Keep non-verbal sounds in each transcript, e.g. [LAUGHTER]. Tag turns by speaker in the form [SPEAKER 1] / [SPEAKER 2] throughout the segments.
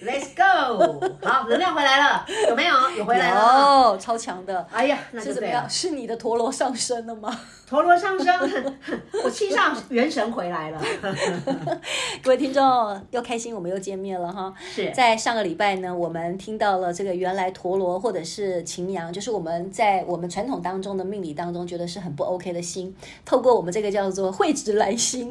[SPEAKER 1] Let's go！好，能量回来 [LAUGHS] 了，有没有？有回来了吗。
[SPEAKER 2] 哦，超强的，
[SPEAKER 1] 哎呀，那就是
[SPEAKER 2] 怎
[SPEAKER 1] 对
[SPEAKER 2] 么 [LAUGHS]
[SPEAKER 1] 了
[SPEAKER 2] 样？。是你的陀螺上升了吗？ [LAUGHS]
[SPEAKER 1] 陀螺上升， [LAUGHS] 我气上元神回来了。
[SPEAKER 2] 各位听众又开心，我们又见面了哈。
[SPEAKER 1] [LAUGHS] 是
[SPEAKER 2] 在上个礼拜呢，我们听到了这个原来陀螺或者是擎羊，就是我们在我们传统当中的命理当中觉得是很不 OK 的星，透过我们这个叫做会直来星，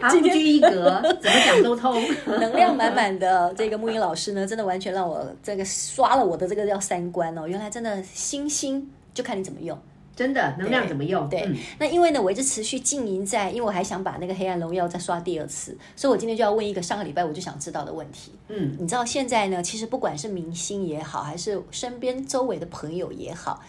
[SPEAKER 1] 啊，不拘一格， [LAUGHS] 怎么讲都通。
[SPEAKER 2] [LAUGHS] 能量满满的这个木英老师呢，真的完全让我这个刷了我的这个叫三观哦，原来真的星星就看你怎么用。
[SPEAKER 1] 真的，能量怎么用？
[SPEAKER 2] 对，
[SPEAKER 1] 嗯
[SPEAKER 2] 那因为呢，我一直持续经营在，因为我还想把那个《黑暗荣耀》再刷第二次，所以我今天就要问一个上个礼拜我就想知道的问题。
[SPEAKER 1] 嗯，
[SPEAKER 2] 你知道现在呢，其实不管是明星也好，还是身边周围的朋友也好。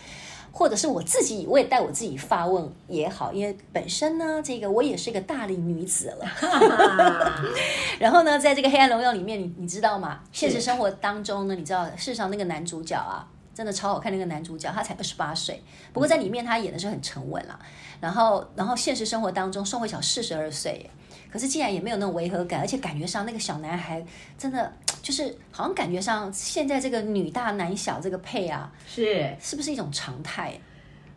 [SPEAKER 2] 或者是我自己，我也带我自己发问也好，因为本身呢，这个我也是个大龄女子了。
[SPEAKER 1] 啊 [LAUGHS]
[SPEAKER 2] 然后呢，在这个《黑暗荣耀》里面，你你知道吗？现实生活当中呢，你知道，事实上那个男主角啊，真的超好看。那个男主角他才二十八岁，不过在里面他演的是很沉稳啦。然后，然后现实生活当中，宋慧乔四十二岁耶，可是竟然也没有那种违和感，而且感觉上那个小男孩真的就是好像感觉上现在这个女大男小这个配啊，
[SPEAKER 1] 是呃
[SPEAKER 2] 是不是一种常态？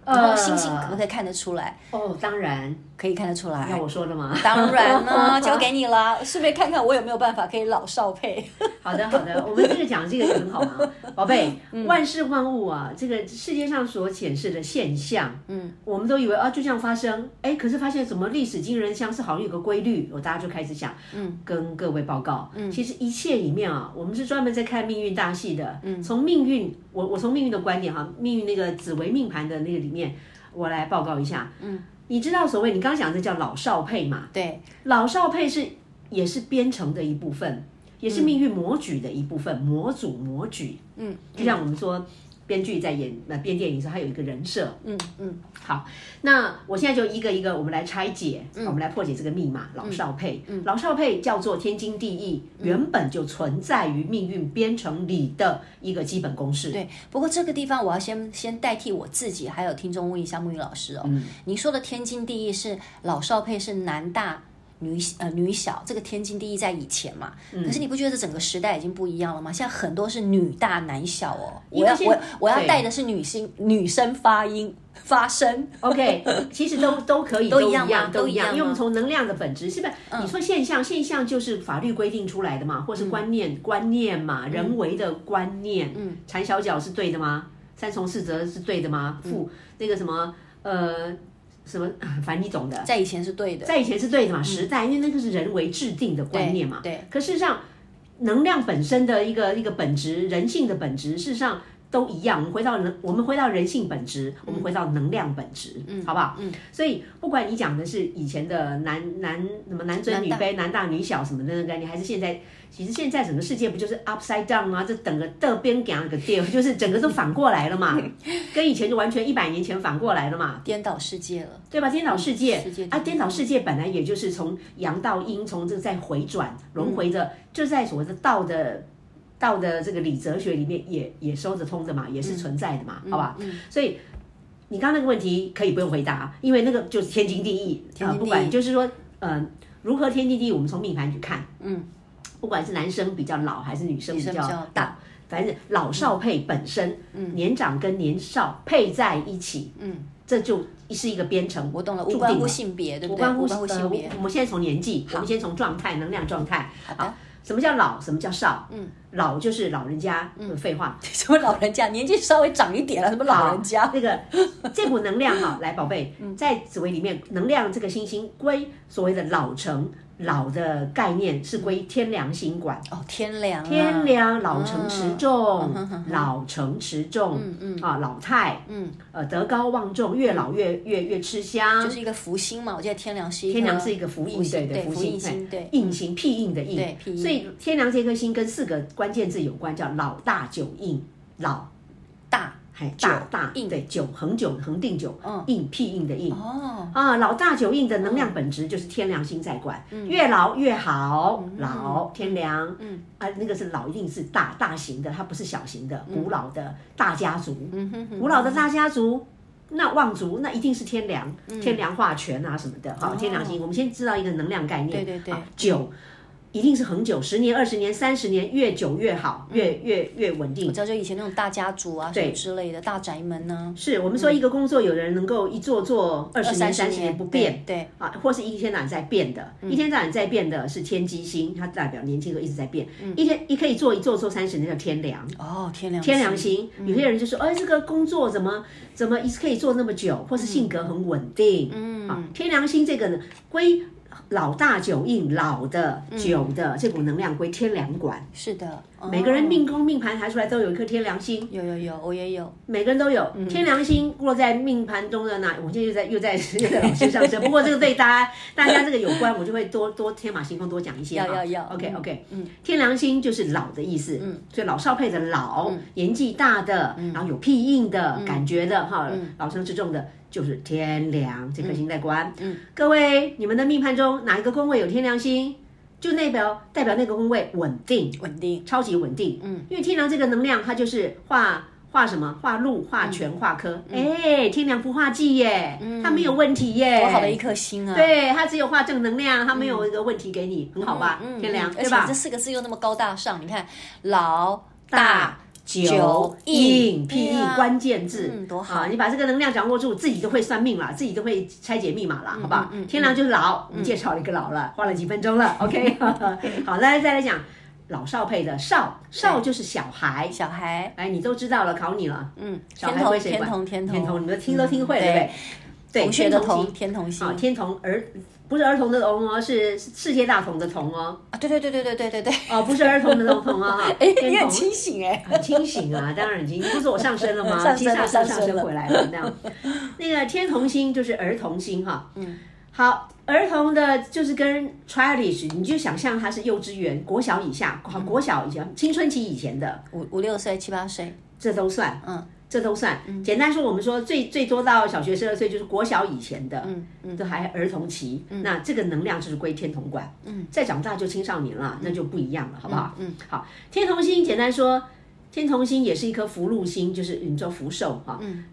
[SPEAKER 2] 然后星星可不可以看得出来？
[SPEAKER 1] 哦，当然
[SPEAKER 2] 可以看得出
[SPEAKER 1] 要
[SPEAKER 2] 来。
[SPEAKER 1] 我说的吗？
[SPEAKER 2] 当然啦、交给你啦，顺便看看我有没有办法可以老少配。
[SPEAKER 1] [LAUGHS] 好的，好的，我们这个讲这个也很好 [LAUGHS] 啊，宝贝，万事万物啊，这个世界上所显示的现象，嗯，我们都以为啊就这样发生，哎，可是发现什么历史惊人相似，好像有个规律，我大家就开始想，嗯，跟各位报告，嗯，其实一切里面啊，我们是专门在看命运大戏的，嗯，从命运，我我从命运的观点哈、命运那个紫微命盘的那个里面，我来报告一下，嗯，你知道所谓你刚刚讲的叫老少配嘛？
[SPEAKER 2] 对，
[SPEAKER 1] 老少配是也是编程的一部分，也是命运模举的一部分，模组模举。嗯，就像我们说，编剧在演呃编电影的时候，他有一个人设。
[SPEAKER 2] 嗯嗯，
[SPEAKER 1] 好，那我现在就一个一个，我们来拆解，
[SPEAKER 2] 嗯
[SPEAKER 1] 我们来破解这个密码。老少配，老少配叫做天经地义，原本就存在于命运编程里的一个基本公式。
[SPEAKER 2] 对。不过这个地方我要先先代替我自己，还有听众问一下木鱼老师哦，
[SPEAKER 1] 嗯
[SPEAKER 2] 你说的天经地义是老少配是男大。女呃女小，这个天经地义在以前嘛，
[SPEAKER 1] 嗯
[SPEAKER 2] 可是你不觉得这整个时代已经不一样了吗？现在很多是女大男小哦，我要
[SPEAKER 1] 现在
[SPEAKER 2] 我我要
[SPEAKER 1] 对
[SPEAKER 2] 带的是女性女生发音发声， [LAUGHS]
[SPEAKER 1] OK，其实都都可以，
[SPEAKER 2] 都
[SPEAKER 1] 一
[SPEAKER 2] 一样吗嗯
[SPEAKER 1] 都
[SPEAKER 2] 都
[SPEAKER 1] 一
[SPEAKER 2] 一
[SPEAKER 1] 样，
[SPEAKER 2] 样吗
[SPEAKER 1] 因为我们从能量的本质，是不是？你说现象，现象就是法律规定出来的
[SPEAKER 2] 嗯
[SPEAKER 1] 嘛，或是观念，观念嘛，人为的观念，嗯，缠小脚是对的吗？三从四则是对的吗？
[SPEAKER 2] 嗯
[SPEAKER 1] 负那个什么，呃，什么， [LAUGHS] 反正你懂的，
[SPEAKER 2] 在以前是对的，嗯
[SPEAKER 1] 在以前是对的嘛，时代，因为那个是人为制定的观念嘛，
[SPEAKER 2] 对对
[SPEAKER 1] 可事实上，能量本身的一个一个本质，人性的本质，事实上都一样。我们回到人，我们回到人性本质，我们回到能量本质，嗯，好不好？嗯。所以，不管你讲的是以前的男男什么男尊女卑、男大女小什么的那个概念，还是现在，其实现在整个世界不就是 upside down 啊？这整个这边讲个 deal，就是整个都反过来了嘛， [LAUGHS] 跟以前就完全一百年前反过来了嘛。
[SPEAKER 2] 颠倒世界了。
[SPEAKER 1] 对吧？颠倒世界,、
[SPEAKER 2] 世界
[SPEAKER 1] 啊，颠倒世界本来也就是从阳到阴，从这个再回转轮回
[SPEAKER 2] 嗯
[SPEAKER 1] 的，就在所谓的道的道的这个理哲学里面也也说得通的嘛，也是存在的嘛，
[SPEAKER 2] 嗯
[SPEAKER 1] 好吧？所以你刚刚那个问题可以不用回答，因为那个就是天经地义
[SPEAKER 2] 天经
[SPEAKER 1] 啊、
[SPEAKER 2] 地义
[SPEAKER 1] 不管就是说，呃，如何天经地义，我们从命盘去看，嗯，不管是男生比较老还是女生比
[SPEAKER 2] 女
[SPEAKER 1] 较
[SPEAKER 2] 生比较
[SPEAKER 1] 大。反正老少配本身，
[SPEAKER 2] 嗯
[SPEAKER 1] 年长跟年少配在一起，嗯，这就是一个编程，
[SPEAKER 2] 我懂了，
[SPEAKER 1] 注
[SPEAKER 2] 无
[SPEAKER 1] 定
[SPEAKER 2] 关乎
[SPEAKER 1] 了
[SPEAKER 2] 性别，对
[SPEAKER 1] 无
[SPEAKER 2] 不对？
[SPEAKER 1] 关乎
[SPEAKER 2] 无关乎性别
[SPEAKER 1] 呃。我我们现在从年纪，我们先从状态、能量状态。好，什么叫老？什么叫少？嗯，老就是老人家，嗯，废话，
[SPEAKER 2] [LAUGHS] 什么老人家年纪稍微长一点了，什么老人家？嗯
[SPEAKER 1] 那个 [LAUGHS] 这股能量哈、来宝贝，在紫薇里面，能量这个星星归所谓的老成。老的概念是归天良心管。
[SPEAKER 2] 哦，天良、啊，
[SPEAKER 1] 天良老成持
[SPEAKER 2] 嗯
[SPEAKER 1] 重，老成持重，啊，老太，嗯，呃，德高望重，越老越越越吃香
[SPEAKER 2] 就。是一个福星嘛。我记得天良是一个
[SPEAKER 1] 天良是一个福印，对
[SPEAKER 2] 对，
[SPEAKER 1] 福哎
[SPEAKER 2] 福印星，
[SPEAKER 1] 对
[SPEAKER 2] 对，，
[SPEAKER 1] 印星屁印的印，
[SPEAKER 2] 对屁印
[SPEAKER 1] 所以天良这颗星跟四个关键字有关，叫老大九印，老
[SPEAKER 2] 大
[SPEAKER 1] 还
[SPEAKER 2] 九
[SPEAKER 1] 大大
[SPEAKER 2] 印
[SPEAKER 1] 对九恒九恒定九，
[SPEAKER 2] 嗯
[SPEAKER 1] 印屁印的印。
[SPEAKER 2] 哦，
[SPEAKER 1] 啊，老大九印的能量本质就是天良心在管，越老越好，老天良，嗯啊，那个是老一定是大大型的，它不是小型的，古老的大家族，古老的大家族。那望族那一定是天良，天良化权啊什么的，好、天良星。我们先知道一个能量概念，
[SPEAKER 2] 对对对
[SPEAKER 1] 啊九、一定是恒久，十年、二十年、三十年，越久越好，越越越稳定
[SPEAKER 2] 我。知道就以前那种大家族啊什么之类的大宅门啊呢、
[SPEAKER 1] 是我们说一个工作，有的人能够一做做二十年、
[SPEAKER 2] 30
[SPEAKER 1] 三十年不变，
[SPEAKER 2] 对对
[SPEAKER 1] 啊，或是一天到晚在变的，一天到晚在变的是天机星，它代表年轻的时候一直在变，一天一可以做一做做三十年叫天良。
[SPEAKER 2] 哦，天良
[SPEAKER 1] 天良心，有些人就说，哎，这个工作怎么怎么一直可以做那么久，或是性格很稳定，嗯，啊，天良心这个呢，归老大九印老的九的这股能量归天良管，
[SPEAKER 2] 是的，
[SPEAKER 1] 每个人
[SPEAKER 2] 哦
[SPEAKER 1] 命宫命盘排出来都有一颗天良心，
[SPEAKER 2] 有有有，我也有，
[SPEAKER 1] 每个人都有天良心落在命盘中的那，我现在又在又在又在老师上身。不过这个对大家大家这个有关，我就会多多天马行空多讲一些
[SPEAKER 2] 要
[SPEAKER 1] 哈
[SPEAKER 2] 要要
[SPEAKER 1] OK
[SPEAKER 2] 嗯
[SPEAKER 1] OK，嗯，天良心就是老的意思，嗯，所以老少配的老，年纪大的，然后有屁硬的感觉的哈，老成持重的。就是天良这颗星在官，嗯，各位，你们的命盘中哪一个宫位有天良星，就代表代表那个宫位稳定，
[SPEAKER 2] 稳定，
[SPEAKER 1] 超级稳定。嗯，因为天梁这个能量，它就是化化什么？化
[SPEAKER 2] 嗯
[SPEAKER 1] 禄、化权、化科。哎、天梁不化忌耶，它没有问题耶。
[SPEAKER 2] 多嗯好的一颗星啊！
[SPEAKER 1] 对，它只有化正能量，它没有一个问题给你，很好吧？
[SPEAKER 2] 嗯，嗯，
[SPEAKER 1] 天梁，
[SPEAKER 2] 嗯而
[SPEAKER 1] 对
[SPEAKER 2] 且
[SPEAKER 1] 吧
[SPEAKER 2] 这？四个字又那么高大上，你看老
[SPEAKER 1] 大
[SPEAKER 2] 大九对
[SPEAKER 1] 印、拼印
[SPEAKER 2] 啊
[SPEAKER 1] 关键字，
[SPEAKER 2] 嗯多好
[SPEAKER 1] 啊！你把这个能量掌握住，自己都会算命啦，自己都会拆解密码啦，
[SPEAKER 2] 嗯
[SPEAKER 1] 好不好？天狼就是老，我们介绍了一个老了，花了几分钟了，OK 。
[SPEAKER 2] [LAUGHS]
[SPEAKER 1] 好，来再来讲老少配的少，少就是小孩，
[SPEAKER 2] 小孩，
[SPEAKER 1] 哎，你都知道了，考你了。嗯，小
[SPEAKER 2] 天
[SPEAKER 1] 孩归
[SPEAKER 2] 童
[SPEAKER 1] 谁
[SPEAKER 2] 天
[SPEAKER 1] 管？
[SPEAKER 2] 童天童
[SPEAKER 1] 天童，你们听都听会了，
[SPEAKER 2] 嗯
[SPEAKER 1] 对不对？对，
[SPEAKER 2] 同学的
[SPEAKER 1] 童
[SPEAKER 2] 童
[SPEAKER 1] 星
[SPEAKER 2] 天童星
[SPEAKER 1] 啊，天童儿不是儿童的童哦，是是世界大同的同哦，
[SPEAKER 2] 啊，对对对对对对对对，
[SPEAKER 1] 哦，不是儿童的童同哦，哈
[SPEAKER 2] [LAUGHS] 哎，[LAUGHS]
[SPEAKER 1] 天
[SPEAKER 2] 你很
[SPEAKER 1] 童
[SPEAKER 2] 清醒哎，
[SPEAKER 1] 很清醒啊，当然已经不是我上身了吗？
[SPEAKER 2] [LAUGHS] 上
[SPEAKER 1] 七
[SPEAKER 2] 身了
[SPEAKER 1] 煞
[SPEAKER 2] 上
[SPEAKER 1] 上上
[SPEAKER 2] 身
[SPEAKER 1] 身
[SPEAKER 2] 了
[SPEAKER 1] 回来了，
[SPEAKER 2] [LAUGHS]
[SPEAKER 1] 那样。那个天童星就是儿童星哈，嗯，好，儿童的就是跟 childish，你就想象它是幼稚园、国小以下、
[SPEAKER 2] 嗯
[SPEAKER 1] 国国小以前、青春期以前的，
[SPEAKER 2] 五五六岁七八岁，
[SPEAKER 1] 这都算，
[SPEAKER 2] 嗯，
[SPEAKER 1] 这都算。简单说，我们说最最多到小学十二岁，就是国小以前的，嗯嗯，都还儿童期，那这个能量就是归天童管，嗯，再长大就青少年了，那就不一样了，好不好？嗯，好，天童星简单说，天童星也是一颗福禄星，就是你说福寿哈，嗯，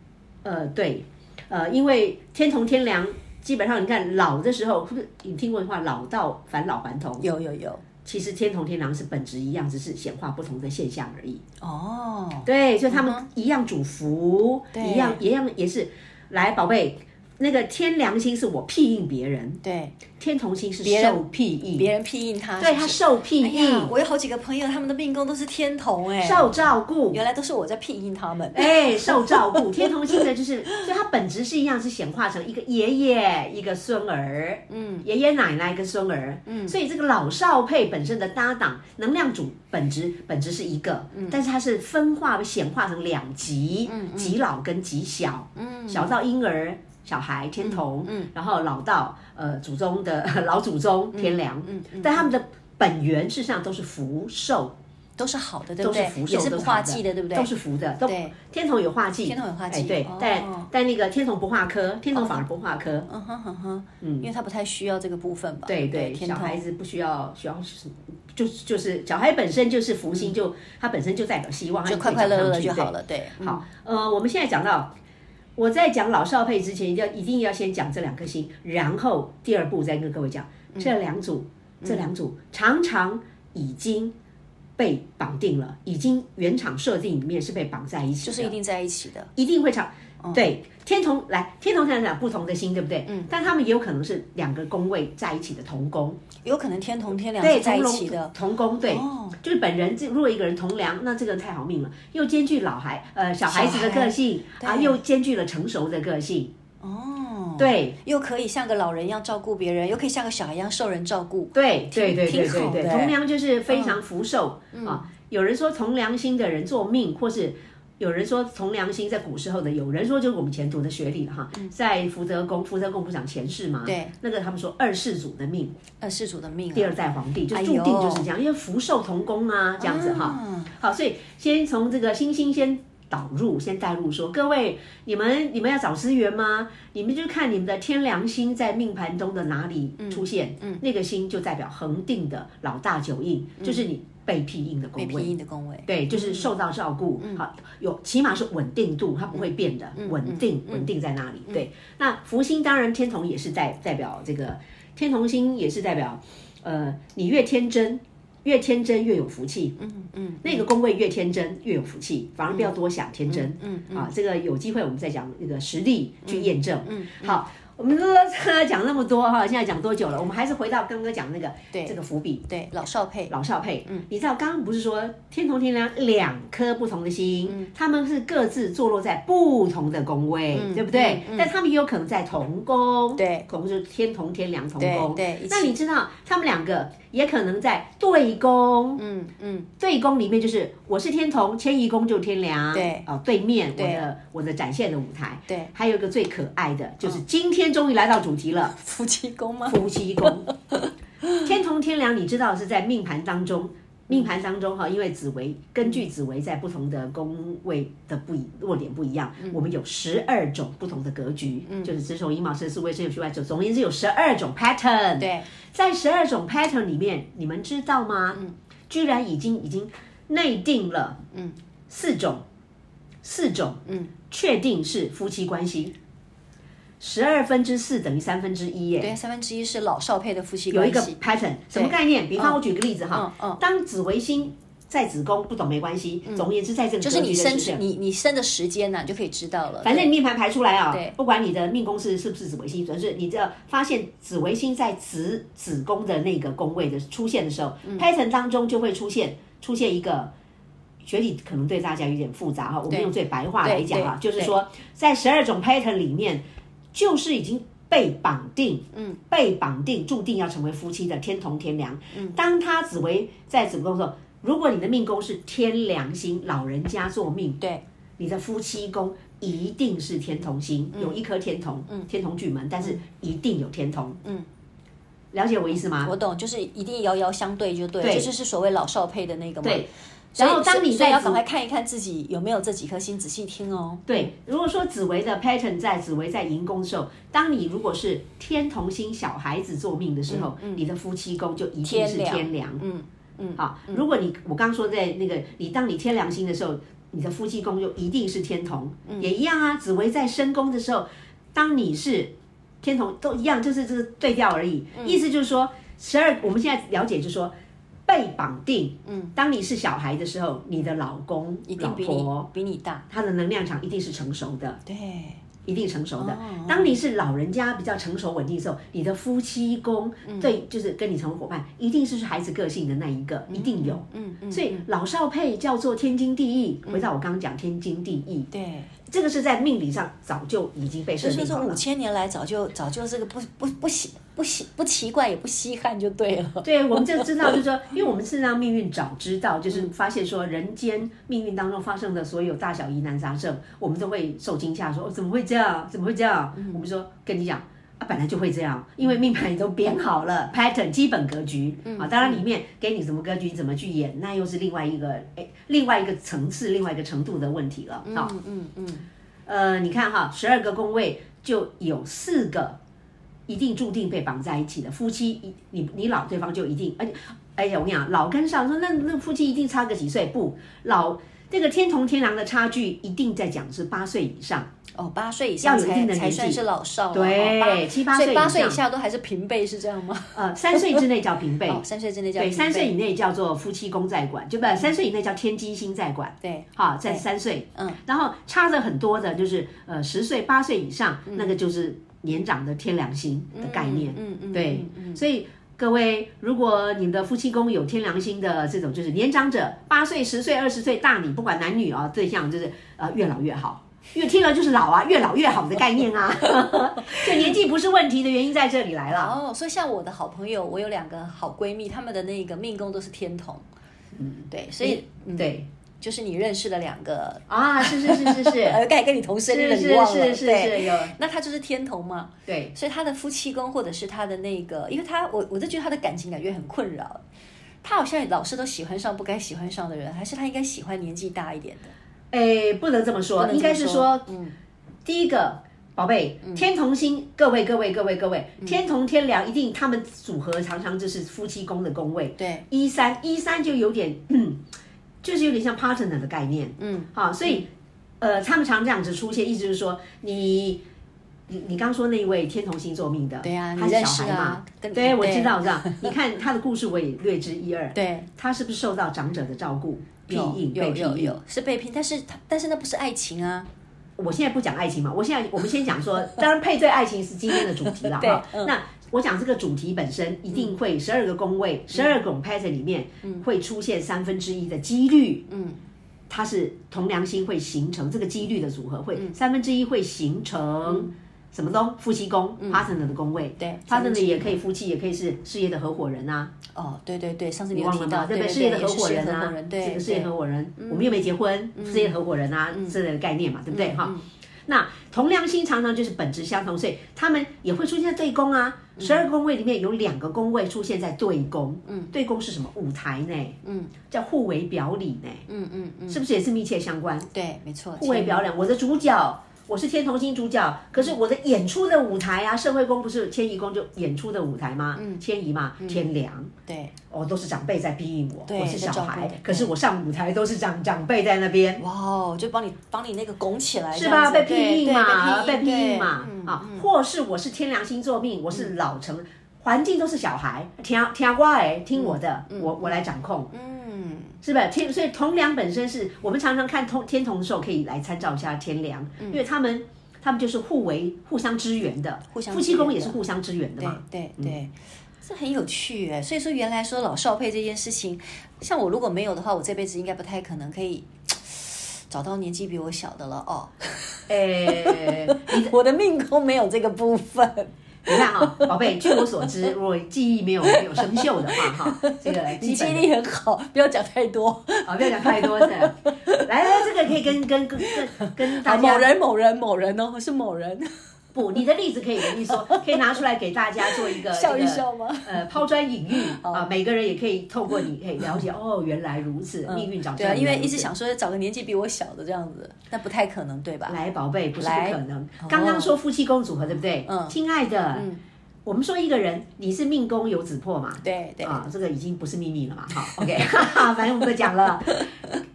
[SPEAKER 1] 呃，对，呃，因为天同天良。基本上，你看老的时候，是不是你听过的话“老到返老还童
[SPEAKER 2] 有有有，”？
[SPEAKER 1] 其实天同天良是本质一样，只是显化不同的现象而已。
[SPEAKER 2] 哦，
[SPEAKER 1] 对，所以他们一样主福，
[SPEAKER 2] 对
[SPEAKER 1] 一样一样也是。来，宝贝，那个天良心是我庇应别人，
[SPEAKER 2] 对，
[SPEAKER 1] 天同心是
[SPEAKER 2] 别人
[SPEAKER 1] 受庇应，
[SPEAKER 2] 别人批印他，
[SPEAKER 1] 嗯对
[SPEAKER 2] 是
[SPEAKER 1] 他
[SPEAKER 2] 不是
[SPEAKER 1] 受庇
[SPEAKER 2] 哎呀
[SPEAKER 1] 应，
[SPEAKER 2] 我有好几个朋友，他们的命宫都是天童哎，
[SPEAKER 1] 受照顾。
[SPEAKER 2] 原来都是我在批印他们，
[SPEAKER 1] 哎，受照顾，天同星的就是， [LAUGHS] 所以它本质是一样，是显化成一个爷爷一个孙儿，嗯，爷爷奶奶一个孙儿，嗯，所以这个老少配本身的搭档能量组本质本质是一个，但是它是分化显化成两极，嗯，极老跟极小，嗯，小到婴儿。小孩天童，嗯，然后老到呃祖宗的 [LAUGHS] 老祖宗天良，嗯，但他们的本源事实上都是福寿，
[SPEAKER 2] 都是好的，对不
[SPEAKER 1] 都是
[SPEAKER 2] 对
[SPEAKER 1] 福？寿，
[SPEAKER 2] 也是
[SPEAKER 1] 都
[SPEAKER 2] 不
[SPEAKER 1] 好
[SPEAKER 2] 化忌的，对不对
[SPEAKER 1] 都？是福的，都
[SPEAKER 2] 对
[SPEAKER 1] 天童有化忌，
[SPEAKER 2] 天同有化忌
[SPEAKER 1] 哎对
[SPEAKER 2] 哦，
[SPEAKER 1] 但但那个天童不化科，天童反而不化科。
[SPEAKER 2] 嗯哼哼哼，因为他不太需要这个部分吧？
[SPEAKER 1] 对对，
[SPEAKER 2] 哦天
[SPEAKER 1] 小
[SPEAKER 2] 童
[SPEAKER 1] 孩子不需要需要什么，就是就是小孩本身就是福星，就他本身就代表希望，他
[SPEAKER 2] 就
[SPEAKER 1] 可
[SPEAKER 2] 快
[SPEAKER 1] 以
[SPEAKER 2] 快乐
[SPEAKER 1] 长
[SPEAKER 2] 乐
[SPEAKER 1] 上
[SPEAKER 2] 的
[SPEAKER 1] 去
[SPEAKER 2] 就好。
[SPEAKER 1] 对
[SPEAKER 2] 了，对，嗯
[SPEAKER 1] 好，呃，我们现在讲到，我在讲老少配之前，一定要一定要先讲这两颗星，然后第二步再跟各位讲这两组，
[SPEAKER 2] 嗯
[SPEAKER 1] 这两组常常已经被绑定了，已经原厂设定里面是被绑在一起
[SPEAKER 2] 就
[SPEAKER 1] 的，
[SPEAKER 2] 是一定在一起的。
[SPEAKER 1] 一定会吵。
[SPEAKER 2] 哦
[SPEAKER 1] 对，天同来，天同想讲不同的星，对不对？嗯，但他们也有可能是两个宫位在一起的同宫，
[SPEAKER 2] 有可能天同天梁
[SPEAKER 1] 对，
[SPEAKER 2] 是在一
[SPEAKER 1] 同
[SPEAKER 2] 起的，
[SPEAKER 1] 同宫，对，
[SPEAKER 2] 哦
[SPEAKER 1] 就是本人这如果一个人同梁，那这个人太好命了，又兼具老孩呃小孩子的
[SPEAKER 2] 小孩
[SPEAKER 1] 个性啊，
[SPEAKER 2] 对
[SPEAKER 1] 又兼具了成熟的个性，
[SPEAKER 2] 哦，
[SPEAKER 1] 对
[SPEAKER 2] 又可以像个老人一样照顾别人，又可以像个小孩一样受人照顾。
[SPEAKER 1] 对对对对
[SPEAKER 2] 挺
[SPEAKER 1] 对
[SPEAKER 2] 好
[SPEAKER 1] 对，
[SPEAKER 2] 的
[SPEAKER 1] 同梁就是非常福寿啊。有人说同良心的人做命，或是有人说同良心，在古时候的，有人说就是我们前读的学理了哈，在福德宫，福德宫不是讲前世嘛，
[SPEAKER 2] 对，
[SPEAKER 1] 那个他们说二世祖的命，
[SPEAKER 2] 呃，世主的命、啊，
[SPEAKER 1] 第二代皇帝就
[SPEAKER 2] 哎
[SPEAKER 1] 注定
[SPEAKER 2] 呦
[SPEAKER 1] 就是这样，因为福寿同宫啊，这样子哈。
[SPEAKER 2] 啊
[SPEAKER 1] 好，所以先从这个星星先导入，先带入说，各位，你们你们要找资源吗？你们就看你们的天梁星在命盘中的哪里出现，嗯，那个星就代表恒定的老大九印，就是你被庇应的宫
[SPEAKER 2] 被
[SPEAKER 1] 位。
[SPEAKER 2] 皮印的宫位，
[SPEAKER 1] 对，就是受到照顾，好有起码是稳定度，它不会变的，稳定稳定在那里。对，那福星当然天同也是代代表这个天同星也是代表，呃，你越天真。越天真越有福气，嗯嗯，那个宫位越天真越有福气，反而不要多想天真，嗯啊，这个有机会我们再讲那个实力去验证，嗯，好，我们都 [LAUGHS] 讲那么多哈，现在讲多久了？我们还是回到刚刚讲那个
[SPEAKER 2] 对
[SPEAKER 1] 这个伏笔，
[SPEAKER 2] 对，老少配，
[SPEAKER 1] 老少配，嗯，你知道刚刚不是说天同天梁两颗不同的星，
[SPEAKER 2] 嗯
[SPEAKER 1] 他们是各自坐落在不同的宫位，对不对？但他们也有可能在同宫，
[SPEAKER 2] 嗯对，
[SPEAKER 1] 同就是天同天梁同
[SPEAKER 2] 对
[SPEAKER 1] 宫，
[SPEAKER 2] 对一
[SPEAKER 1] 那
[SPEAKER 2] 起
[SPEAKER 1] 你知道他们两个也可能在对宫，
[SPEAKER 2] 嗯嗯，
[SPEAKER 1] 对宫里面就是我是天同，迁移宫就是天梁，
[SPEAKER 2] 对
[SPEAKER 1] 哦，对面我
[SPEAKER 2] 对
[SPEAKER 1] 的我的展现的舞台，
[SPEAKER 2] 对，嗯
[SPEAKER 1] 还有一个最可爱的就是今天终于来到主题了。
[SPEAKER 2] 夫妻宫吗？
[SPEAKER 1] 夫妻宫。 [LAUGHS] 天同天梁，你知道是在命盘当中，命盘当中哈，因为紫薇根据紫薇在不同的宫位的不一弱点不一样，我们有十二种不同的格局，就是子丑寅卯辰巳未申酉戌亥丑，总而言之有十二种 pattern。
[SPEAKER 2] 对，
[SPEAKER 1] 在十二种 pattern 里面，你们知道吗？居然已经已经内定了，嗯，四种，四种，嗯，确定是夫妻关系。十二分之四等于三分之一耶，
[SPEAKER 2] 对，三分之一是老少配的夫妻
[SPEAKER 1] 有
[SPEAKER 2] 关
[SPEAKER 1] 一个
[SPEAKER 2] 系，
[SPEAKER 1] pattern，什么概念？比方
[SPEAKER 2] 嗯
[SPEAKER 1] 我举个例子哈，
[SPEAKER 2] 嗯嗯嗯
[SPEAKER 1] 当紫微星在子宫不懂没关系，总而言之在这个
[SPEAKER 2] 就是你生
[SPEAKER 1] 生
[SPEAKER 2] 出你你生的时间呢、你就可以知道了。
[SPEAKER 1] 反正你
[SPEAKER 2] 对
[SPEAKER 1] 命盘排出来啊
[SPEAKER 2] 对，
[SPEAKER 1] 不管你的命宫是是不是紫微星，主要是你只要发现紫微星在子子宫的那个宫位的出现的时候、p
[SPEAKER 2] 嗯
[SPEAKER 1] a t t e r n 当中就会出现出现一个。学理可能对大家有点复杂哈，我们用最白话来讲哈，
[SPEAKER 2] 对
[SPEAKER 1] 就
[SPEAKER 2] 对
[SPEAKER 1] 是说，在十二种 pattern 里面，就是已经被绑定，嗯，被绑定注定要成为夫妻的天同天梁，嗯，当他紫薇在子宫的时候，如果你的命宫是天梁星，老人家做命，
[SPEAKER 2] 对，
[SPEAKER 1] 你的夫妻宫一定是天同星，
[SPEAKER 2] 嗯
[SPEAKER 1] 有一颗天同，天同巨门，但是一定有天同，嗯，了解我意思吗？
[SPEAKER 2] 我懂，就是一定遥遥相对就对，
[SPEAKER 1] 啊对
[SPEAKER 2] 这就是所谓老少配的那个嘛。
[SPEAKER 1] 对
[SPEAKER 2] 所以，
[SPEAKER 1] 然后当你
[SPEAKER 2] 所以
[SPEAKER 1] 在
[SPEAKER 2] 要
[SPEAKER 1] 子
[SPEAKER 2] 赶快看一看自己有没有这几颗星，仔细听哦。
[SPEAKER 1] 对，如果说紫薇的 pattern 在紫薇在寅宫的时候，当你如果是天同星小孩子做命的时候，你的夫妻宫就一定
[SPEAKER 2] 嗯天
[SPEAKER 1] 是
[SPEAKER 2] 梁
[SPEAKER 1] 天梁。
[SPEAKER 2] 嗯嗯，
[SPEAKER 1] 好，如果你我刚刚说在那个你当你天梁星的时候，你的夫妻宫就一定是天同，
[SPEAKER 2] 嗯
[SPEAKER 1] 也一样啊。紫薇在申宫的时候，当你是天同都一样，就是这个对调而已。
[SPEAKER 2] 嗯
[SPEAKER 1] 意思就是说，十二我们现在了解就是说。被绑定，嗯，当你是小孩的时候，你的老公、
[SPEAKER 2] 一
[SPEAKER 1] 老
[SPEAKER 2] 定比你
[SPEAKER 1] 婆，
[SPEAKER 2] 比你大。
[SPEAKER 1] 他的能量场一定是成熟的，
[SPEAKER 2] 对，
[SPEAKER 1] 一定成熟的
[SPEAKER 2] 哦。
[SPEAKER 1] 当你是老人家比较成熟稳定的时候，你的夫妻宫对，就是跟你成为伙伴，一定是孩子个性的那一个，一定有。
[SPEAKER 2] 嗯嗯嗯，
[SPEAKER 1] 所以老少配叫做天经地义。回到我刚刚讲天经地义，
[SPEAKER 2] 对，
[SPEAKER 1] 这个是在命理上早就已经被设
[SPEAKER 2] 所以说
[SPEAKER 1] 定
[SPEAKER 2] 这
[SPEAKER 1] 好
[SPEAKER 2] 五
[SPEAKER 1] 了。
[SPEAKER 2] 千年来早就早就这个不不不稀不稀不奇怪也不稀罕就对了。
[SPEAKER 1] 对，我们就知道，就是说，因为我们是让命运早知道，就是
[SPEAKER 2] 嗯
[SPEAKER 1] 发现说人间命运当中发生的所有大小疑难杂症，我们都会受惊吓，说哦怎么会这样？怎么会这样？
[SPEAKER 2] 嗯
[SPEAKER 1] 我们说跟你讲。啊，本来就会这样，因为命盘也都编
[SPEAKER 2] [LAUGHS]
[SPEAKER 1] 好了，pattern 基本格局、
[SPEAKER 2] 嗯
[SPEAKER 1] 啊，当然里面给你什么格局，怎么去演，那又是另外一个哎，另外一个层次、另外一个程度的问题了啊。
[SPEAKER 2] 嗯嗯嗯，
[SPEAKER 1] 呃，你看哈，十二个宫位就有四个一定注定被绑在一起的夫妻，一你你老对方就一定，而且而且我跟你讲，老跟上说那那夫妻一定差个几岁，不老那个天同天狼的差距一定在讲是八岁以上，
[SPEAKER 2] 哦，八岁以上
[SPEAKER 1] 要有一定
[SPEAKER 2] 才
[SPEAKER 1] 的
[SPEAKER 2] 才
[SPEAKER 1] 年纪
[SPEAKER 2] 算是老少了。
[SPEAKER 1] 对
[SPEAKER 2] 哦
[SPEAKER 1] 七八岁
[SPEAKER 2] 所以八
[SPEAKER 1] 以
[SPEAKER 2] 岁以
[SPEAKER 1] 上
[SPEAKER 2] 下都还是平辈是这样吗？
[SPEAKER 1] 呃，三岁之内叫平辈，
[SPEAKER 2] 哦，三岁之内叫
[SPEAKER 1] 对，
[SPEAKER 2] 平
[SPEAKER 1] 三岁
[SPEAKER 2] 辈
[SPEAKER 1] 以内叫做夫妻宫在管，就不三岁以内叫天机星在管，
[SPEAKER 2] 对，
[SPEAKER 1] 好，啊在
[SPEAKER 2] 对
[SPEAKER 1] 三岁，
[SPEAKER 2] 嗯，
[SPEAKER 1] 然后差着很多的，就是呃十岁、八岁以上，那个就是年长的天良星的概念，
[SPEAKER 2] 嗯嗯嗯
[SPEAKER 1] 对
[SPEAKER 2] 嗯，嗯
[SPEAKER 1] 所以。各位，如果你的夫妻宫有天良星的这
[SPEAKER 2] [LAUGHS]
[SPEAKER 1] 种，就是年长者，八岁、十岁、二十岁大你，不管男女啊、对象就是呃越老越好，越听了就是老啊，越老越好的概念啊。 [LAUGHS] 就年纪不是问题的原因在这里来了。
[SPEAKER 2] 哦，所以像我的好朋友，我有两个好闺蜜，她们的那个命宫都是天同，嗯，对，所以、嗯、
[SPEAKER 1] 对
[SPEAKER 2] 就是你认识的两个，
[SPEAKER 1] 啊，是是是是是
[SPEAKER 2] [LAUGHS] 呃，刚才跟你同生日的
[SPEAKER 1] 是
[SPEAKER 2] 你忘了，
[SPEAKER 1] 是是是
[SPEAKER 2] 对
[SPEAKER 1] 是有
[SPEAKER 2] 那她就是天同嘛，
[SPEAKER 1] 对
[SPEAKER 2] 所以她的夫妻宫或者是她的那个，因为她我我就觉得她的感情感觉很困扰，她好像老是都喜欢上不该喜欢上的人，还是她应该喜欢年纪大一点的？
[SPEAKER 1] 哎，不能这么说，
[SPEAKER 2] 不能这么
[SPEAKER 1] 应该是说，
[SPEAKER 2] 嗯，
[SPEAKER 1] 第一个宝贝，天同星，各位各位各位各位，
[SPEAKER 2] 嗯
[SPEAKER 1] 天同天梁一定他们组合常常就是夫妻宫的宫位，
[SPEAKER 2] 对，
[SPEAKER 1] 一三一三就有点， [CLEARS THROAT] 就是有点像 partner 的概念，
[SPEAKER 2] 嗯，
[SPEAKER 1] 好，所以呃，他们常这样子出现，意思就是说你。你你刚说那一位天同星座命的，
[SPEAKER 2] 对啊
[SPEAKER 1] 他
[SPEAKER 2] 你
[SPEAKER 1] 是
[SPEAKER 2] 认
[SPEAKER 1] 小
[SPEAKER 2] 识
[SPEAKER 1] 孩
[SPEAKER 2] 啊
[SPEAKER 1] 嘛，
[SPEAKER 2] 跟你
[SPEAKER 1] 对，我
[SPEAKER 2] 对
[SPEAKER 1] 知道，我
[SPEAKER 2] [LAUGHS]
[SPEAKER 1] 知道。你看他的故事，我也略知一二。
[SPEAKER 2] 对，
[SPEAKER 1] 他是不是受到长者的照顾？庇
[SPEAKER 2] 有
[SPEAKER 1] 应被
[SPEAKER 2] 有
[SPEAKER 1] 庇
[SPEAKER 2] 有
[SPEAKER 1] 应，
[SPEAKER 2] 有是被拼，但是她但是那不是爱情啊，
[SPEAKER 1] 我现在不讲爱情嘛，我现在我们先
[SPEAKER 2] [LAUGHS]
[SPEAKER 1] 讲说，当然配对爱情是今天的主题了
[SPEAKER 2] 对
[SPEAKER 1] 哈。
[SPEAKER 2] 嗯
[SPEAKER 1] 那我讲这个主题本身一定会十二个宫
[SPEAKER 2] 嗯
[SPEAKER 1] 位，十二种 pattern 里面会出现三分之一的几率，
[SPEAKER 2] 嗯，
[SPEAKER 1] 它是同良心会形成这个几率的组合，
[SPEAKER 2] 嗯
[SPEAKER 1] 会三分之一会形成什么东夫妻宫 partner 的宫位，
[SPEAKER 2] 嗯对三分
[SPEAKER 1] partner
[SPEAKER 2] 之一
[SPEAKER 1] 也可以夫妻，也可以是事业的合伙人啊，
[SPEAKER 2] 哦，对对对，上次你
[SPEAKER 1] 你
[SPEAKER 2] 有
[SPEAKER 1] 忘
[SPEAKER 2] 提
[SPEAKER 1] 了
[SPEAKER 2] 到，
[SPEAKER 1] 吗？
[SPEAKER 2] 对
[SPEAKER 1] 对，
[SPEAKER 2] 对
[SPEAKER 1] 事
[SPEAKER 2] 对，
[SPEAKER 1] 业的合
[SPEAKER 2] 也
[SPEAKER 1] 啊
[SPEAKER 2] 是
[SPEAKER 1] 伙
[SPEAKER 2] 事业
[SPEAKER 1] 人
[SPEAKER 2] 合伙
[SPEAKER 1] 啊
[SPEAKER 2] 人，，对
[SPEAKER 1] 是个事业
[SPEAKER 2] 对嗯
[SPEAKER 1] 合伙人，我们又没结婚，事业合伙人啊之类的概念嘛，对
[SPEAKER 2] 嗯
[SPEAKER 1] 不对哈？那同良心常常就是本质相同，所以他们也会出现在对宫啊。
[SPEAKER 2] 嗯
[SPEAKER 1] 十二宫位里面有两个宫位出现在对宫，嗯，对宫是什么？舞台呢？嗯，叫互为表里呢，
[SPEAKER 2] 嗯嗯嗯，
[SPEAKER 1] 是不是也是密切相关？
[SPEAKER 2] 对，没错，
[SPEAKER 1] 互为表
[SPEAKER 2] 嗯
[SPEAKER 1] 里，我的主角。我是天同星主角，可是我的演出的舞台啊，社会宫不是迁移宫就演出的舞台吗？迁移嘛，天梁，
[SPEAKER 2] 嗯对，
[SPEAKER 1] 哦，都是长辈在逼应我，
[SPEAKER 2] 对
[SPEAKER 1] 我是小
[SPEAKER 2] 在照顾
[SPEAKER 1] 孩
[SPEAKER 2] 我，
[SPEAKER 1] 可是我上舞台都是长长辈在那边，
[SPEAKER 2] 哇哦，就帮你帮你那个拱起来，
[SPEAKER 1] 是吧？被
[SPEAKER 2] 批
[SPEAKER 1] 批应嘛，被批应嘛，啊
[SPEAKER 2] 啊，，
[SPEAKER 1] 或是我是天良星座命，我
[SPEAKER 2] 嗯
[SPEAKER 1] 是老成，环境都是小孩，听听我哎，听我的，我我来掌控，
[SPEAKER 2] 嗯，
[SPEAKER 1] 是吧？天，所以同梁本身是我们常常看同天同的时候，可以来参照一下天梁，
[SPEAKER 2] 嗯
[SPEAKER 1] 因为他们他们就是互为互相支援的，
[SPEAKER 2] 互相
[SPEAKER 1] 夫妻宫
[SPEAKER 2] 支援
[SPEAKER 1] 也
[SPEAKER 2] 的
[SPEAKER 1] 是互相支援的嘛，
[SPEAKER 2] 对对对，这很有趣哎。所以说，原来说老少配这件事情，像我如果没有的话，我这辈子应该不太可能可以找到年纪比我小的了哦。 [LAUGHS]
[SPEAKER 1] 诶，
[SPEAKER 2] 哎我的命宫没有这个部分，
[SPEAKER 1] [LAUGHS] 你看哈、宝贝，据我所知，如果记忆没有没有生锈的话，哈，
[SPEAKER 2] [LAUGHS]
[SPEAKER 1] 这个
[SPEAKER 2] 你
[SPEAKER 1] 基
[SPEAKER 2] 记忆
[SPEAKER 1] 本的
[SPEAKER 2] 力很好，不要讲太多。
[SPEAKER 1] 啊、不要讲太多的。来来，这个可以跟跟跟跟跟大
[SPEAKER 2] 啊，某
[SPEAKER 1] 家
[SPEAKER 2] 人某人某人哦，是某人，
[SPEAKER 1] 不，你的例子可以跟你说，可以拿出来给大家做一
[SPEAKER 2] [LAUGHS] [LAUGHS]
[SPEAKER 1] 个
[SPEAKER 2] 笑一。
[SPEAKER 1] 这个
[SPEAKER 2] 笑吗？
[SPEAKER 1] 呃，抛砖引玉啊，每个人也可以透过你，可以了解哦，原来如此，命运长这
[SPEAKER 2] 对啊，
[SPEAKER 1] 样。
[SPEAKER 2] 因为一直想说找个年纪比我小的这样子，那不太可能，对吧？
[SPEAKER 1] 来，宝贝，不是
[SPEAKER 2] 来哦
[SPEAKER 1] 不可能。刚刚说夫妻宫组合，对不对？
[SPEAKER 2] 嗯
[SPEAKER 1] 亲爱的，
[SPEAKER 2] 嗯
[SPEAKER 1] 我们说一个人，你是命宫有子破嘛？
[SPEAKER 2] 对对，
[SPEAKER 1] 啊，这个已经不是秘密了嘛，好，OK，哈 [LAUGHS] 哈，反正我们都讲了，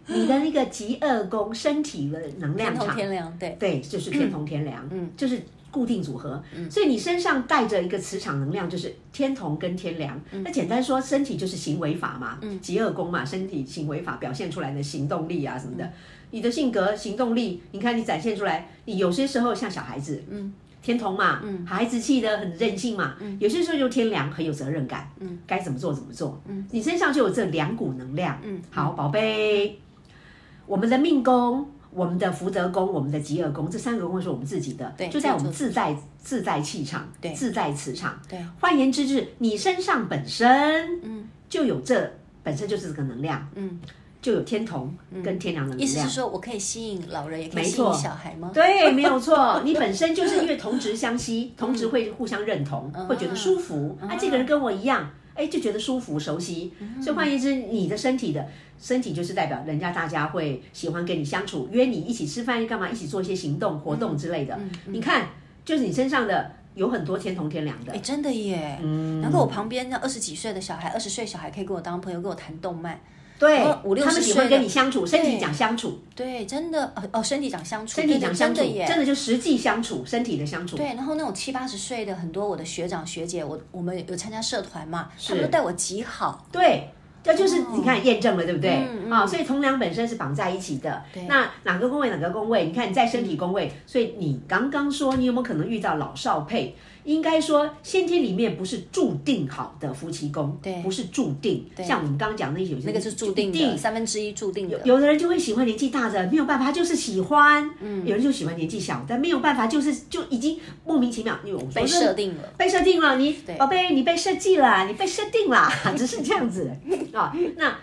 [SPEAKER 1] 你的那个极恶宫身体的能量
[SPEAKER 2] 天同
[SPEAKER 1] 场，
[SPEAKER 2] 天梁，对，
[SPEAKER 1] 对，就是天同天梁，
[SPEAKER 2] 嗯
[SPEAKER 1] 嗯，就是固定组合，所以你身上带着一个磁场能量，就是天同跟天梁。那简单说，身体就是行为法嘛，嗯，极恶宫嘛，身体行为法表现出来的行动力啊什么的，你的性格行动力，你看你展现出来，你有些时候像小孩子，嗯。天同嘛，嗯，孩子气的很任性嘛，嗯，有些时候就天良，很有责任感，嗯，该怎么做怎么做，嗯，你身上就有这两股能量，嗯，好，宝贝，我们的命宫、我们的福德宫、我们的吉厄宫，这三个宫是我们自己的，
[SPEAKER 2] 对
[SPEAKER 1] 就在我们自在自在气场，
[SPEAKER 2] 对
[SPEAKER 1] 自在磁场。
[SPEAKER 2] 对，
[SPEAKER 1] 换言之，就是你身上本身，嗯，就有这本身就是这个能量，嗯，就有天同跟天梁的
[SPEAKER 2] 嗯意
[SPEAKER 1] 能
[SPEAKER 2] 思
[SPEAKER 1] 量
[SPEAKER 2] 是。说我可以吸引老人，也可以
[SPEAKER 1] 没
[SPEAKER 2] 吸引
[SPEAKER 1] 错
[SPEAKER 2] 小孩吗？
[SPEAKER 1] 对，没有错，你本身就是因为同值
[SPEAKER 2] [LAUGHS]
[SPEAKER 1] 相吸，同值会互相认同，
[SPEAKER 2] 嗯
[SPEAKER 1] 会觉得舒服。啊，这个人跟我一样，哎，就觉得舒服、熟悉。
[SPEAKER 2] 嗯
[SPEAKER 1] 所以换言之，你的身体的身体就是代表人家大家会喜欢跟你相处，约你一起吃饭，干嘛一起做一些行动、活动之类
[SPEAKER 2] 嗯
[SPEAKER 1] 的。你看，就是你身上的有很多天同天良的
[SPEAKER 2] 哎，。真的耶！
[SPEAKER 1] 嗯
[SPEAKER 2] 难怪我旁边那二十几岁的小孩、二十岁小孩可以跟我当朋友，跟我谈动漫。
[SPEAKER 1] 对
[SPEAKER 2] 哦五，六
[SPEAKER 1] 他
[SPEAKER 2] 十
[SPEAKER 1] 们喜
[SPEAKER 2] 岁
[SPEAKER 1] 欢跟
[SPEAKER 2] 的
[SPEAKER 1] 你相处，身体
[SPEAKER 2] 对
[SPEAKER 1] 讲相处，
[SPEAKER 2] 对，真的哦哦，身体长相处，
[SPEAKER 1] 身体讲相处，
[SPEAKER 2] 对对真的耶。
[SPEAKER 1] 真的就实际相处，身体的相处。
[SPEAKER 2] 对，然后那种七八十岁的很多我的学长学姐，我我们有参加社团嘛，他们都带我极好，
[SPEAKER 1] 对，这就是你看验证了，对不对？啊、
[SPEAKER 2] 哦嗯
[SPEAKER 1] 所以同梁本身是绑在一起的。那哪
[SPEAKER 2] 嗯
[SPEAKER 1] 个宫位哪个宫位？你看你在身体宫位，所以你刚刚说你有没有可能遇到老少配？应该说先天里面不是注定好的夫妻宫，对，不是注定。像我们刚刚讲的有些
[SPEAKER 2] 那个是注定的，三分之一注定的。
[SPEAKER 1] 有的人就会喜欢年纪大的，没有办法，他就是喜欢；嗯，有人就喜欢年纪小的，没有办法，就是就已经莫名其妙，因为我
[SPEAKER 2] 被设定了，
[SPEAKER 1] 被设定了，你宝贝，你被设计了，你被设定了， [LAUGHS] 只是这
[SPEAKER 2] [LAUGHS]
[SPEAKER 1] 样子啊、那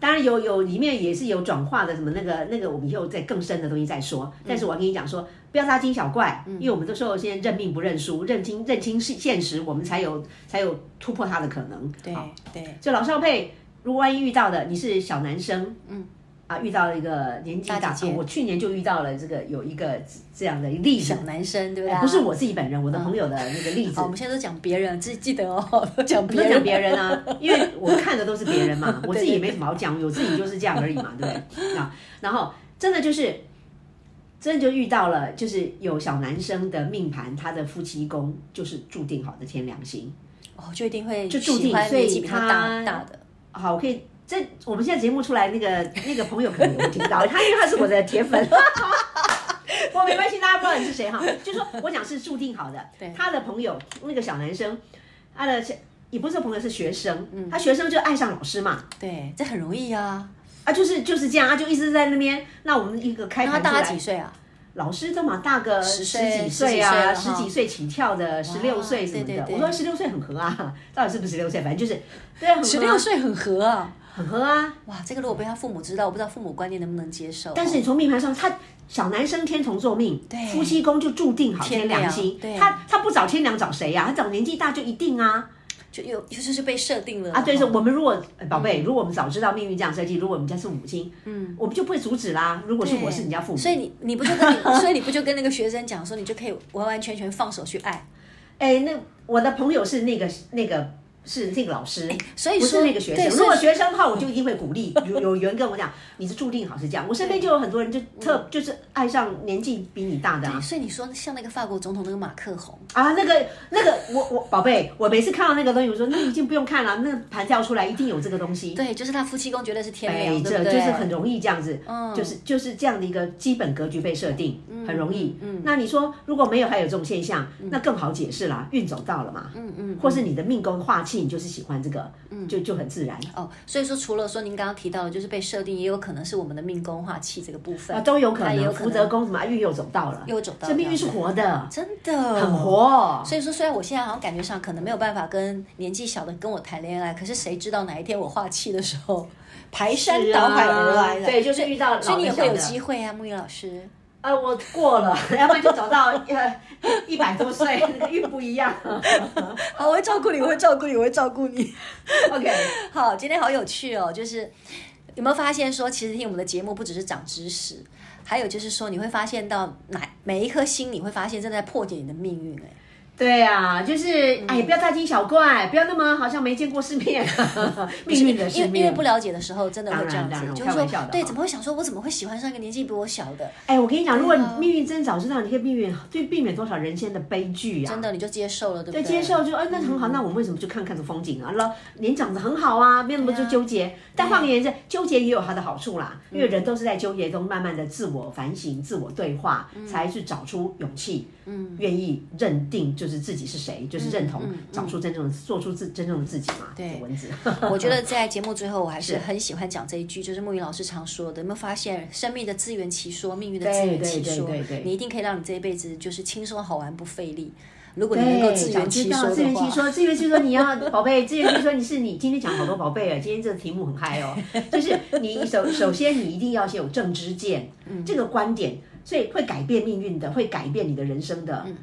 [SPEAKER 1] 当然有有里面也是有转化的，什么那个那个，我们以后再更深的东西再说。但是我要跟你讲说，不要大惊小怪，
[SPEAKER 2] 嗯
[SPEAKER 1] 因为我们都说现在认命不认输，认清认清是现实，我们才有才有突破它的可能。对
[SPEAKER 2] 对，
[SPEAKER 1] 所以老少配，如果万一遇到的你是小男生，嗯。啊，遇到一个年纪大，啊
[SPEAKER 2] 姐姐
[SPEAKER 1] 我去年就遇到了这个有一个这样的例子
[SPEAKER 2] 小，男生对啊不对？
[SPEAKER 1] 哎不是我自己本人，我的朋友的那个例子。
[SPEAKER 2] 好，我们现在都讲别人，记记得哦，都讲
[SPEAKER 1] 不
[SPEAKER 2] 别
[SPEAKER 1] 能 [LAUGHS] 讲
[SPEAKER 2] 人，
[SPEAKER 1] 别人啊，因为我看的都是别人嘛，我自己也没什么好讲，我自己就是这样而已嘛，对不对？啊，然后真的就是，真的就遇到了，就是有小男生的命盘，他的夫妻宫就是注定好的天良星。
[SPEAKER 2] 哦，就一定会
[SPEAKER 1] 就注定
[SPEAKER 2] 喜欢
[SPEAKER 1] 所以
[SPEAKER 2] 年纪比他大
[SPEAKER 1] 他
[SPEAKER 2] 大的。
[SPEAKER 1] 好，我可以，这我们现在节目出来，那个那个朋友可能也会听到，他因为他是我的铁粉。 [LAUGHS] 我没关系，大家不知道你是谁哈，就说我讲是注定好的。对，他的朋友那个小男生，他的也不是朋友是学生，他学生就爱上老师嘛，
[SPEAKER 2] 对，这很容易啊。
[SPEAKER 1] 啊就是就是这样，他就一直在那边。那我们一个开
[SPEAKER 2] 那他
[SPEAKER 1] 盘出
[SPEAKER 2] 大他
[SPEAKER 1] 来
[SPEAKER 2] 几，岁啊？
[SPEAKER 1] 老师都嘛大个
[SPEAKER 2] 十
[SPEAKER 1] 十
[SPEAKER 2] 岁
[SPEAKER 1] 几
[SPEAKER 2] 十几
[SPEAKER 1] 岁
[SPEAKER 2] 岁
[SPEAKER 1] 啊，
[SPEAKER 2] 了
[SPEAKER 1] 十
[SPEAKER 2] 哈
[SPEAKER 1] 几岁起跳的，十六岁什么
[SPEAKER 2] 对对
[SPEAKER 1] 的。
[SPEAKER 2] 对
[SPEAKER 1] 我说十六岁很合啊， [LAUGHS] 到底是不是十六岁？反正就是对啊，很合啊
[SPEAKER 2] 十六岁很合啊。
[SPEAKER 1] 很合啊。
[SPEAKER 2] 哇，这个如果被他父母知道，我不知道父母观念能不能接受。
[SPEAKER 1] 但是你从命盘上，他小男生天同座命，夫妻宫就注定好
[SPEAKER 2] 天
[SPEAKER 1] 天
[SPEAKER 2] 梁
[SPEAKER 1] 良星。
[SPEAKER 2] 对
[SPEAKER 1] 他他不找天良找谁呀、啊他找年纪大就一定啊
[SPEAKER 2] 就又就是被设定了
[SPEAKER 1] 啊！对，是
[SPEAKER 2] 哦嗯
[SPEAKER 1] 我们如果呃宝贝，如果我们早知道命运这样设计，如果我们家是母亲，嗯，我们就不会阻止啦。如果是我是你家父母，
[SPEAKER 2] 所以你你不就
[SPEAKER 1] [LAUGHS]
[SPEAKER 2] 跟你所以你不就跟那个学生讲说，你就可以完完全全放手去爱。
[SPEAKER 1] 哎，那我的朋友是那个那个。是那个老师，
[SPEAKER 2] 哎所以
[SPEAKER 1] 不
[SPEAKER 2] 说
[SPEAKER 1] 是那个学
[SPEAKER 2] 对
[SPEAKER 1] 生。
[SPEAKER 2] 所以
[SPEAKER 1] 如果学生的话，我就一定会鼓励。
[SPEAKER 2] [LAUGHS]
[SPEAKER 1] 有有人跟我讲，你是注定好是这样。我身边就有很多人就特就是爱上年纪比你大的啊。
[SPEAKER 2] 嗯所以你说像那个法国总统那个马克宏，
[SPEAKER 1] 啊，那个那个，我我宝贝，我每次看到那个东西，我说那已经不用看了，那盘跳出来一定有这个东西。
[SPEAKER 2] 对，就是他夫妻宫绝对是天
[SPEAKER 1] 哎，
[SPEAKER 2] 良，对
[SPEAKER 1] 这
[SPEAKER 2] 不
[SPEAKER 1] 就
[SPEAKER 2] 对？嗯
[SPEAKER 1] 是很容易这样子，就是就是这样的一个基本格局被设定，很容易。
[SPEAKER 2] 嗯
[SPEAKER 1] 那你说如果没有还有这种现象，那更好解释啦，运走到了嘛。嗯嗯，或是你的命宫化气，你就是喜欢这个，
[SPEAKER 2] 嗯
[SPEAKER 1] 就就很自然
[SPEAKER 2] 哦，所以说除了说您刚刚提到的，就是被设定，也有可能是我们的命宫化气这个部分
[SPEAKER 1] 啊，都有可
[SPEAKER 2] 它也有
[SPEAKER 1] 能。
[SPEAKER 2] 可
[SPEAKER 1] 福
[SPEAKER 2] 能
[SPEAKER 1] 德宫什么啊运又走到了，
[SPEAKER 2] 又走哦到
[SPEAKER 1] 这命运是活的，
[SPEAKER 2] 真的
[SPEAKER 1] 很。活。
[SPEAKER 2] 所以说，虽然我现在好像感觉上可能没有办法跟年纪小的跟我谈恋爱，可是谁知道哪一天我化气的时候，排山倒海而来的，
[SPEAKER 1] 啊对就是遇到
[SPEAKER 2] 所以你也
[SPEAKER 1] 老的
[SPEAKER 2] 会
[SPEAKER 1] 小
[SPEAKER 2] 有
[SPEAKER 1] 的
[SPEAKER 2] 机会啊，木鱼老师。
[SPEAKER 1] 呃，我过了， [LAUGHS] 要不然就走到呃一百多岁，那个运不一样。
[SPEAKER 2] [LAUGHS]
[SPEAKER 1] [LAUGHS]
[SPEAKER 2] 好，我会照顾你，我会照顾你，我会照顾你。
[SPEAKER 1] OK，
[SPEAKER 2] [LAUGHS] 好，今天好有趣哦，就是有没有发现说，其实听我们的节目不只是长知识，还有就是说，你会发现到哪每一颗星，你会发现正在破解你的命运、哎，
[SPEAKER 1] 对啊，就是哎，不要大惊小怪，不要那么好像没见过世 [LAUGHS] 面，命运的世
[SPEAKER 2] 因为因为
[SPEAKER 1] 面
[SPEAKER 2] 不。了解的时候，真的会这样
[SPEAKER 1] 当然当然
[SPEAKER 2] 子，
[SPEAKER 1] 我
[SPEAKER 2] 就
[SPEAKER 1] 开
[SPEAKER 2] 是
[SPEAKER 1] 玩笑
[SPEAKER 2] 说
[SPEAKER 1] 的，
[SPEAKER 2] 对，
[SPEAKER 1] 哈
[SPEAKER 2] 怎么会想说，我怎么会喜欢上一个年纪比我小的？
[SPEAKER 1] 哎，我跟你讲，如果你命运真早知道，你可以避免，对避免多少人间的悲剧啊！
[SPEAKER 2] 真的，你就接受了，对不
[SPEAKER 1] 对，
[SPEAKER 2] 对？
[SPEAKER 1] 接受就哎，那很好，那我们为什么就看看这风景啊？老年长得很好啊，没有那么多纠结。但换个言之，纠结也有它的好处啦，因为人都是在纠结中慢慢的自我反省、自我对话，才去找出勇气，嗯，愿意认定就是自己是谁，就是认同，找出真正的做出自真正的自己嘛。对文字，
[SPEAKER 2] [LAUGHS] 我觉得在节目最后，我还是很喜欢讲这一句，就是木云老师常说的：有没有发现，生命的自圆其说，命运的自圆其说
[SPEAKER 1] 对对对对？
[SPEAKER 2] 你一定可以让你这一辈子就是轻松好玩不费力。如果你能够
[SPEAKER 1] 对，
[SPEAKER 2] 自
[SPEAKER 1] 早
[SPEAKER 2] 圆
[SPEAKER 1] 知
[SPEAKER 2] 其
[SPEAKER 1] 道
[SPEAKER 2] 说
[SPEAKER 1] 自
[SPEAKER 2] 的
[SPEAKER 1] 圆其
[SPEAKER 2] 话，
[SPEAKER 1] 说，自圆其说，你要宝贝，自圆其说，你是你今天讲好多宝贝啊，今天这个题目很嗨哦，就是你首首先你一定要先有正知见，
[SPEAKER 2] 嗯
[SPEAKER 1] 这个观点，所以会改变命运的，会改变你的人生的，
[SPEAKER 2] 嗯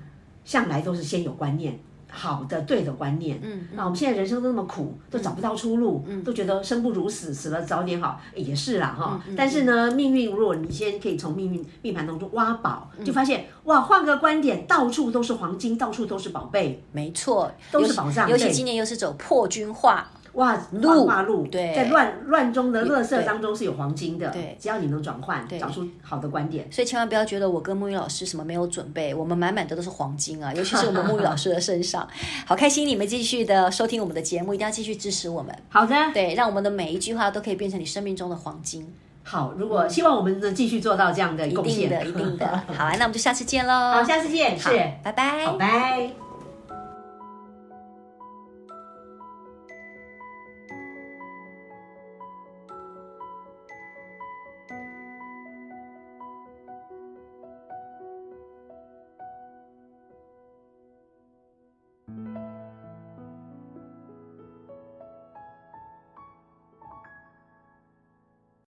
[SPEAKER 1] 向来都是先有观念。好的，对的观念，嗯，啊，我们现在人生都那么苦，都找不到出路，嗯，都觉得生不如死，死了早点好，诶也是啦哈。
[SPEAKER 2] 嗯
[SPEAKER 1] 但是呢，命运如果你先可以从命运命盘当中挖宝，
[SPEAKER 2] 嗯
[SPEAKER 1] 就发现哇，换个观点，到处都是黄金，到处都是宝贝，
[SPEAKER 2] 没错，
[SPEAKER 1] 都
[SPEAKER 2] 尤
[SPEAKER 1] 是
[SPEAKER 2] 其
[SPEAKER 1] 宝藏
[SPEAKER 2] 尤其
[SPEAKER 1] 对
[SPEAKER 2] 今年又是走破军化，
[SPEAKER 1] 哇，
[SPEAKER 2] 啊路
[SPEAKER 1] 繁华路，
[SPEAKER 2] 对
[SPEAKER 1] 在乱乱中的垃圾当中是有黄金的，
[SPEAKER 2] 对
[SPEAKER 1] 只要你能转换，找出好的观点。
[SPEAKER 2] 所以千万不要觉得我跟木鱼老师什么没有准备，我们满满的都是黄金啊，尤其是我们木鱼老师的身
[SPEAKER 1] [LAUGHS]
[SPEAKER 2] 上。好开心你们继续的收听我们的节目，一定要继续支持我们，
[SPEAKER 1] 好的，
[SPEAKER 2] 对，让我们的每一句话都可以变成你生命中的黄金，
[SPEAKER 1] 好，如果希望我们能继续做到这样的
[SPEAKER 2] 嗯一
[SPEAKER 1] 贡
[SPEAKER 2] 定
[SPEAKER 1] 献， [LAUGHS]
[SPEAKER 2] 的，一定的。好啊，那我们就下次见喽。
[SPEAKER 1] 好，下次见，是，
[SPEAKER 2] 拜拜，
[SPEAKER 1] 好，拜。